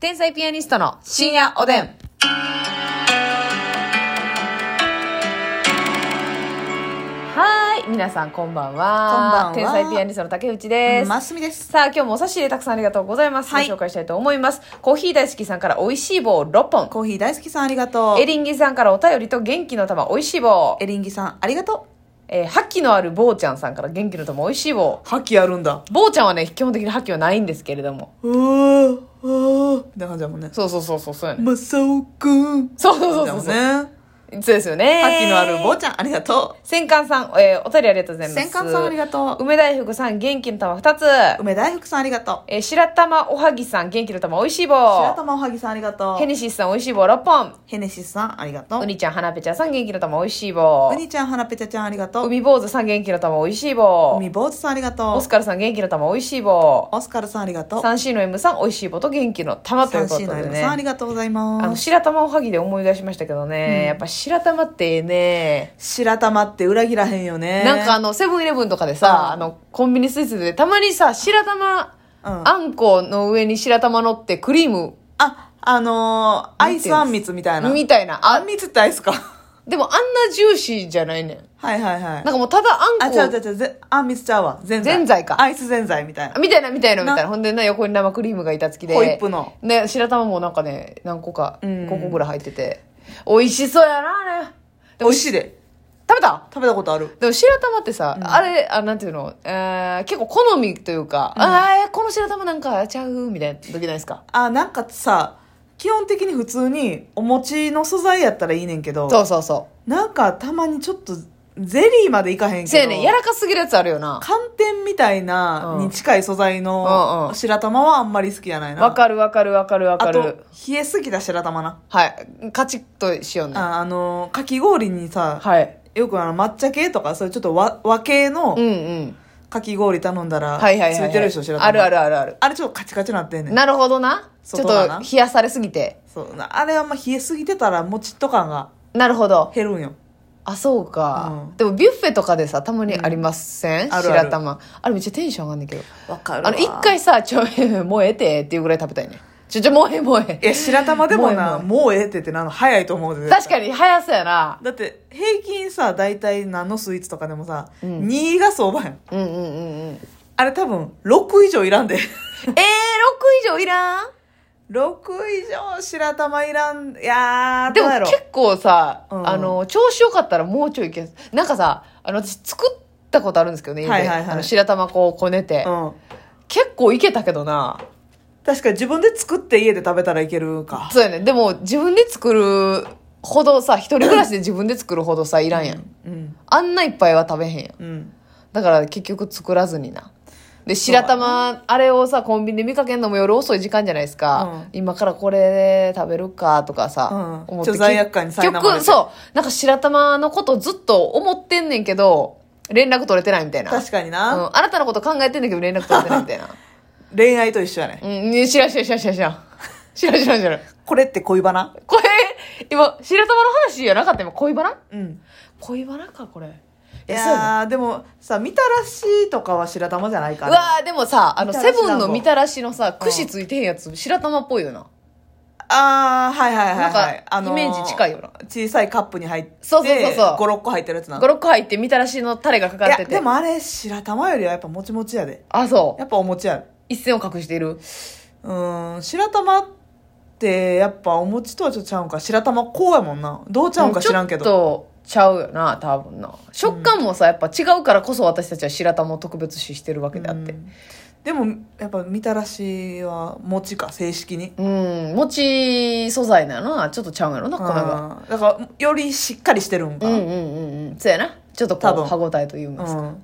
天才ピアニストの深夜おでん。はーい、皆さんこんばんは。こんばんは天才ピアニストの竹内です。ますみです。さあ、今日もお差し入れたくさんありがとうございます。はいご紹介したいと思います。コーヒー大好きさんから美味しい棒6本。コーヒー大好きさんありがとう。エリンギさんからお便りと元気の玉美味しい棒。エリンギさんありがとえー、覇気のある坊ちゃんさんから元気の玉美味しい棒。う。覇気あるんだ。坊ちゃんはね、基本的に覇気はないんですけれども。うわー、あー。って感じだもんね。そうそうそうそう、そうやね。まさおくん。そうそうそだうもんそう。ね。覇そうですよね。気のある坊ちゃんありがと戦艦さん、えー、お便りありがとうございます。戦艦さんありがとう梅大福さん、元気の玉2つ。う。梅大福さんありがとう。えー、白玉おはぎさん、元気の玉美味しい白棒。玉おはぎさんありがとヘう。ネシスさん、美味しい棒6本。ヘネシスさんありがとう。うウニにちゃん、はなぺちゃんさん、元気の玉美味しい棒。ちゃんはなぺちゃちゃんありがとう。海坊主さん、元気の玉美味しい棒。海坊主さんありがとオうス。カルさん、元気の玉美味しい棒。オスカルさんありがとう。サンシーの M さん、美味しい棒と元気の玉というサンこシとーでの皆ね。さんありがとうございあの、ます。白玉おはぎで思い出しましたけどね、うんやっぱ白玉ってね、白玉って裏切らへんよね。なんかあの、セブンイレブンとかでさ、うんあの、コンビニスイーツで、たまにさ、白玉、うんあんこの上に白玉乗ってクリームあ、あのー、アイスあんみつみたいな。みたいな。ああん、みつってアイ スか。でもあんなジューシーじゃないねん。はいはいはい。なんかもうただああ、ん違う違こ、う違うぜ、あんみつちゃうわ。ぜんざい。ぜんざいかアイスぜんざいみたいな。みたいなみたいなみたいな。なほんでな、横に生クリームが板付きで。ホイップの。ね、白玉もなんかね、何個か、うん5個ぐらい入ってて。美味しそうやな、あれ。で美も味しいで。食べた食べたことある。でも白玉ってさ、あれ、あ、なんていうの、えー、結構好みというか、あーこの白玉なんかちゃうみたいな時ないですか。あ、なんかさ、基本的に普通にお餅の素材やったらいいねんけど、そうそうそう。なんかたまにちょっとゼリーまでいかへんせけやど、ねんやらかすぎるやつあるよな寒天みたいなうんに近い素材うんうのん白玉はあんまり好きやないな。わかるわかるわかるわかあとる、冷えすぎた白玉な。はいカチッとしようねああの、かき氷にさ、はいよくあの抹茶系とか、そういうちょっと和和系のうんうんかき氷頼んだら、はいはいはい、はい、ついてるでしょ、白玉。あるあるあるあるあれちょっとカチカチなってんねん。なるほどなちょっ外はなと冷やされすぎてそう。なあれあんま冷えすぎてたら、もちっと感がなるほど減るんよ。あそうか、うんでもビュッフェとかでさたまにありません、んあるある白玉あれめっちゃテンション上がんねんけどわかあの一。回さちょ もうええてっていうぐらい食べたい ねちょちょもうええもうえいえや、白玉でももうな、ええもうええってってなの早いと思うで。確かに。に早そうやなだって、平均さ、大体何のスイーツとかでもさ、2位が相場やん。うんうんうんうんあれ多分、6以上いらんえで。 ー、6以上いらん6以上白玉いらん。いやー、でどうもやろ。結構さ、うんあの調子よかったらもうちょいいけなんかさあの私作ったことあるんですけどね、はいはいはい家であの白玉こうこねて、うん。結構いけたけどな確かに自分で作って家で食べたらいけるか。そうやねでも自分で作るほどさ一人暮らしで自分で作るほどさいらんやん、うん。あんないっぱいは食べへんやんうん。だから結局作らずになで白玉あれをさコンビニで見かけんのも夜遅い時間じゃないですか、今からこれ食べるかとかさ、うん思ってちょっと罪悪感に苛まれて結局そうなんか白玉のことずっと思ってんねんけど連絡取れてないみたいな確かにな。うん、あなたのこと考えてんねんけど連絡取れてないみたいな恋愛と一緒やね。うんね知らん知らん知らん知らん知らん知らん知らん知らんこれって恋バナこれ今白玉の話じゃなかった今恋バナうん。恋バナかこれいいそうねやーでもさみたらしとかは白玉じゃないかうらわーでもさあのみたセらしブンの団子みたらしのさ串ついてへんやつ白玉っぽいよなあーはいはいはい、はい、なんかイメージ近いよな小さいカップに入ってそうそうそうそう56個入ってるやつなの56個入ってみたらしのタレがかかっていやてでもあれ白玉よりはやっぱもちもちやであそうやっぱお餅やで一線を隠しているうーん白玉ってやっぱお餅とはちょっとちゃうんか白玉こうやもんなどうちゃうんか知らんけちどょっとちゃうよな多分な食感もさやっぱ違うからこそ私たちは白玉を特別視してるわけであってでもやっぱみたらしは餅か正式にうん餅素材なのなちょっとちゃうんやろな粉があーだからよりしっかりしてるんかうんうんうんうんそうやなちょっとこ多う分歯応えといいますか、うん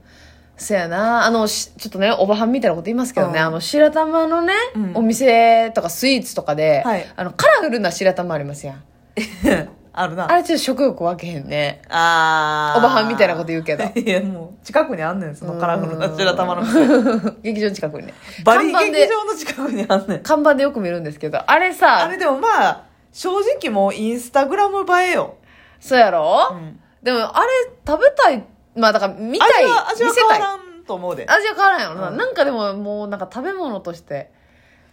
そやなあのしちょっとねおばはんみたいなこと言いますけどね、うんあの白玉のね、うんお店とかスイーツとかで、はいあのカラフルな白玉ありますやん あるなあれちょっと食欲分けへんねあーおばはんみたいなこと言うけど いや、もう、近くにあんねん、そのカラフルな 白玉の店。劇場の近くにねバリ看板で劇場の近くにあんねん。看板でよく見るんですけどあれさあれでもまあ、正直もうインスタグラム映えよ。そうやろ、んでもあれ食べたいまあだから見たい味は、味は見せ変わたいらんと思うで。味は変わらんよな、うんなんかでももうなんか食べ物として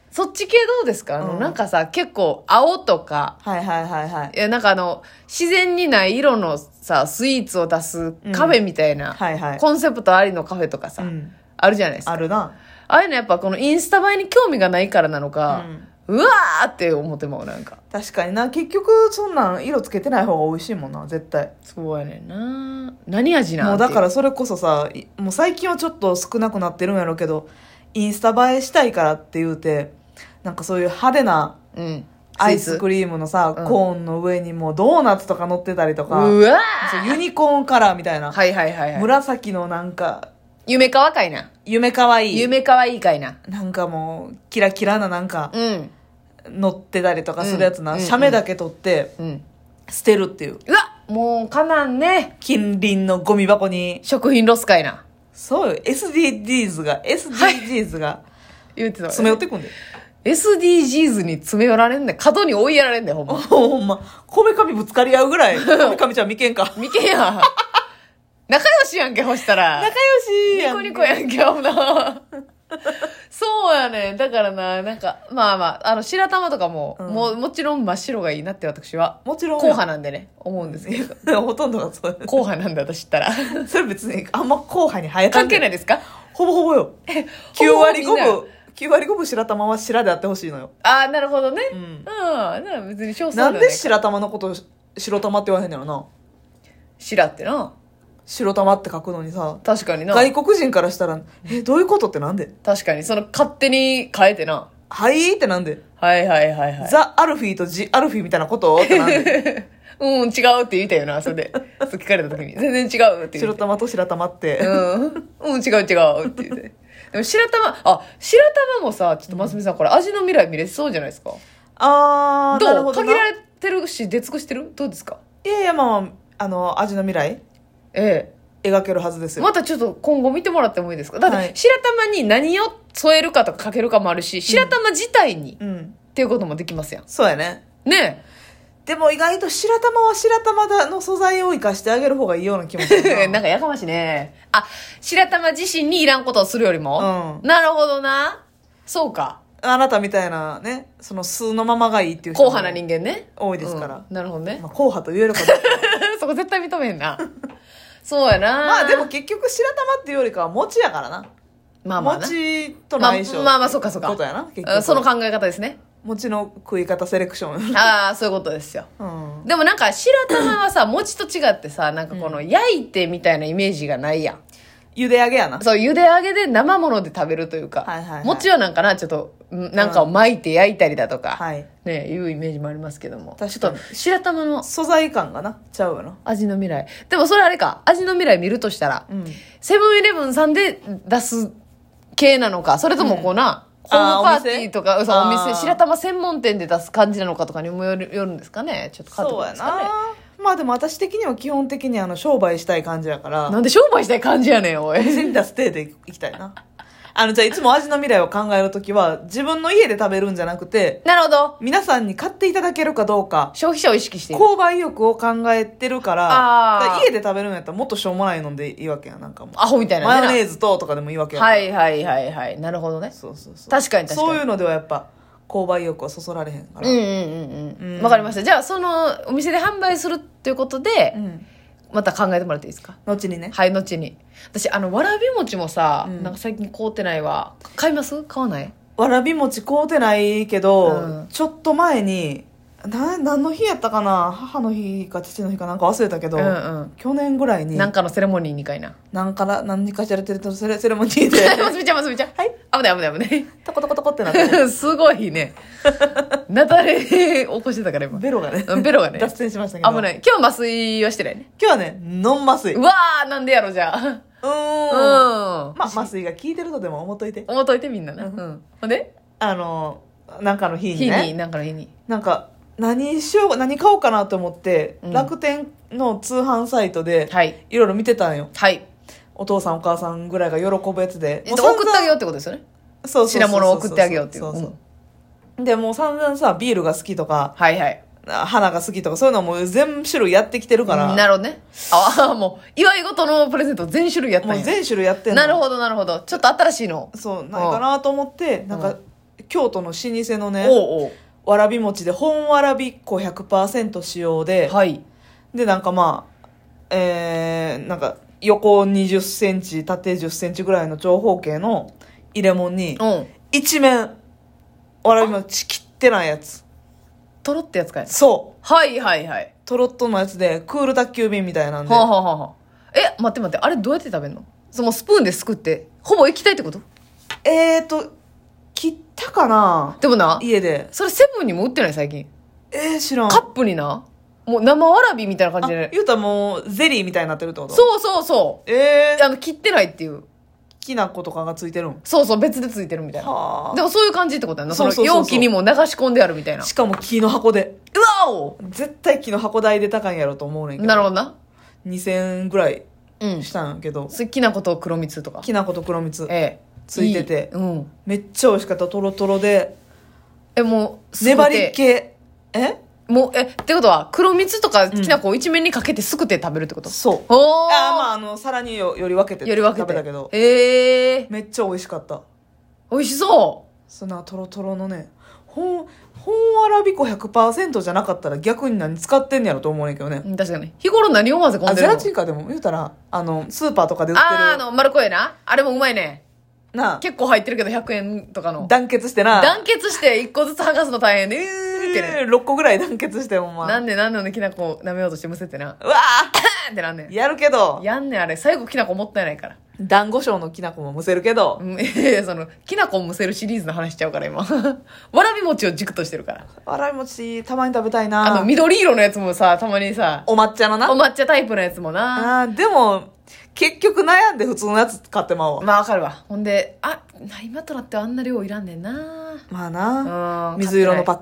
そっち系どうですかあの、うんなんかさ、結構青とか、はいはいはいはいいや、なんかあの、自然にない色のさ、スイーツを出すカフェみたいな、はいはいコンセプトありのカフェとかさ、うんあるじゃないですか。あるなああいうのやっぱこのインスタ映えに興味がないからなのか、うわーって思ってまう、なんか。確かにな結局そんなん色つけてない方が美味しいもんな絶対そうやねんな。何味なん。もうだかららそれこそさいもう最近はちょっと少なくなってるんやろうけどインスタ映えしたいからって言うてなんかそういう派手なうん。アイスクリリームのさ、うんコーンの上にもうドーナツとか乗ってたりとかうわそうユニコーンカラーみたいな、ーはいはいはいはい。紫のなんか夢かわかいな。夢かわいい夢かわいいかいな。なんかもうキラキラななんかうん。乗ってたりとかするやつな、うん写メだけ取ってうん。捨てるっていううわもうかなんね。近隣のゴミ箱に食品ロスかいな。そうよ SDGs が SDGs が言うてたわね詰め寄ってくんで、 SDGs に詰め寄られんねん。角に追いやられんねん、ほんま。 ほんまこめかみぶつかり合う ぐらいこめかみちゃん見けんか見てや。仲良しやんけ、ほしたら。仲良しニやコんニコやんけ、ほな。そうやねん。だからな、なんか、まあまあ、あの、白玉とかも、うんもう、もちろん真っ白がいいなって私は、もちろん硬派なんでね、思うんですけど。 ほとんどがそう硬派なんで私ったら。それ別にあんま硬派に生えた関係ないいですかほぼほぼよ9割5分9割5分白玉は白であってほしいのよああ、なるほどね。ううんん。なら別に少数なんで白玉のことを白玉って言わへんのよな白ってな。白玉って書くのにさ確かにな。外国人からしたら「えどういうこと?」ってなんで確かに、その勝手に変えてな。 「はい?」ってなんで、はいはいはいはい。ザ・アルフィーとジ・アルフィーみたいなことってなん でうん、違うって言いたいよな、それで。 そう聞かれた時に。全然違うって言白って。玉と白玉って、うん、うん、違う違うって言って。でも白玉、あ、白玉もさ、ちょっとますみさん、これ味の未来見れそうじゃないですか。あーなるどほうど限らなれてるし、出尽くしてるどうですかいやいやまああの味の未来え描けるはずですえ。よ、またちょっと今後見てもらってもいいですかだはっいて、白玉に何を添えるかとかかけるかもあるし、白玉自体に、うんっていうこともできますやん。そうやねねでも意外と白玉は白玉だの素材を生かしてあげる方がいいような気も すえ。るなんなかやかましいね。あ、白玉自身にいらんことをするよりも。うなるほどな。そうか。あなたみたいなねその素のままがいいっていう硬人も派な人間ね。多いですから、うんなるほどねま。あ、硬派と言えるかどうか そこ絶対認めんな。 そうやな。まあでも、結局白玉っていうよりかは餅やからなまあまあな。餅との相性まあまあまあそうかそうかことやな結あ局その考え方です ね。餅の食い方セレクション ああ、そういうことですよ。うんでもなんか白玉はさ、餅と違ってさ、なんかこの焼いてみたいなイメージがないやん。茹で上げやなそう、茹で揚げで生もので食べるというか、はいはいはい餅はなんかな、ちょっと、んなんかを巻いて焼いたりだとか、はいね、いうイメージもありますけども。確ちかょっにと、白玉の素材感がなちゃうよな味の未来。でもそれあれか、味の未来見るとしたら、うんセブンイレブンさんで出す系なのか、それともこうな、ホーあームパーティーとおか、店そうおあー店、白玉専門店で出す感じなのかとかにもよるよるんですかね。ちょっと変わってくそうるんでやすかね。なまあでも私的には基本的にあの商売したい感じやからなんで商売したい感じやねん、おい。店に出す手でいきたいなあのじゃあいつも味の未来を考えるときは自分の家で食べるんじゃ なくてなるほど。皆さんに買っていただけるかどうか消費者を意識している。購買意欲を考えてるからあーだから家で食べるんやったらもっとしょうもないのでいいわけやなんかもうアホみたいなねマなヨネーズととかでもいいわけやからはいはいはいはい。なるほどね。そうそうそう確かに確かにそういうのではやっぱ購買意欲はそそられへんかうら、んうんうんううんん。わかりました。じゃあ、その、お店で販売するっていうことでう、んまた考えてもらっていいですか後にね はい、後に。私、あの、わらび餅もさ、うんなんか最近買うてないわ。買います買わないわらび餅買うてないけど、うんちょっと前にな何の日やったかな母の日か父の日かなんか忘れたけど、うんうん去年ぐらいになんかのセレモニー2回な。 なんから何かしらてるとセレセレモニー でますみちゃん、ますみちゃん。はい。危ない危ない危トコトコトコってなってない。 すごいね。なだれ起こしてたから今。ベロがねうんベロがね脱線しましたけど危ないい。今日麻酔はしてないね。今日はねノン麻酔ううわー、なんでやろ、じゃあ。ーんうん。まあ麻酔が効いてるとでも思っといて思っといてみんなな。ううんん。ほんであのなんかの日に日ねに、なんかの日に。なんか何しよう何買おうかなと思って、うん楽天の通販サイトではい。いろいろ見てたんよはい。お父さんお母さんぐらいが喜ぶやつでえっと送ってあげよううってことですよね。そうそうそうそう品物を送ってあげようっていう。そううそんうでもう散々さビールが好きとかはいはい。花が好きとかそういうのもう全種類やってきてるからなるほどね。あ あ、もう、祝い事のプレゼント全種類やったもんうや。全種類やってんのなるほど、なるほど。ちょっと新しいの。そうないかなと思ってなんうかん京都の老舗のねおうおうわらび餅で本わらびっこ100%使用で、はいでなんかまあえー、なんか横2 0センチ縦1 0センチぐらいの長方形の入れ物にうん一面わらび餅切ってないやつとろってやつかいそうはいはいはいトロットのやつでクール宅急便みたいなんではあ、はあはあはあ、え待って待ってあれどうやって食べんのそのスプーンですくってほぼ液体ってことえーと切ったかなでもな家でそれセブンにも売ってない最近えー、知らんカップになもう生わらびみたいな感あじで言うたらもうゼリーみたいになってるってことうそうそうそえうー、あの切ってないっていうきな粉とかがついてるんそうそう別でついてるみたいなはでもそういう感じってことやなそのそうそうそうそう容器にも流し込んであるみたいあなしかも木の箱でうわお絶対木の箱代で高いんやろと思うねんけどなるほどな2000円ぐらいうんしたんやけど好きなこと黒蜜とかきな粉と黒蜜ええついてていうんめっちゃ美味しかったトロトロでえもうすくて粘り系えもうえってことは黒蜜とかきな粉を一面にかけてすくって食べるってこと、そうほあおーまーああの皿によより分けてより分け食べてたけどへえめっちゃ美味しかった美味しそそんなトロトロのね本本わらび粉100%じゃなかったら逆に何使ってんねやろと思うねんけどねう、うん確かに日頃何を混ぜ込あんでゼるのラチンかでも言うたらあのスーパーとかで売ってあーあるの丸っこいなあれもうまいねなあ結構入ってるけど100円とかの団結してな団結して一個ずつ剥がすの大変でうーってね6個ぐらい団結してほんまなんでなんでのきな粉舐めようとしてむせてなうわ ってなんねーんやるけどやんねんあれ最後きな粉もったいないから団子賞のきな粉もむせるけど、うんいやいやそのきな粉をむせるシリーズの話しちゃうから今わらび餅を軸としてるからわらび餅たまに食べたいあなの緑色のやつもさたまにさお抹茶のなお抹茶タイプのやつもなあーでも結局悩んで普通のやつ買ってまうわまあわかるわほんであ今となってはあんな量いらんねんなまあうな、ん水色のパッック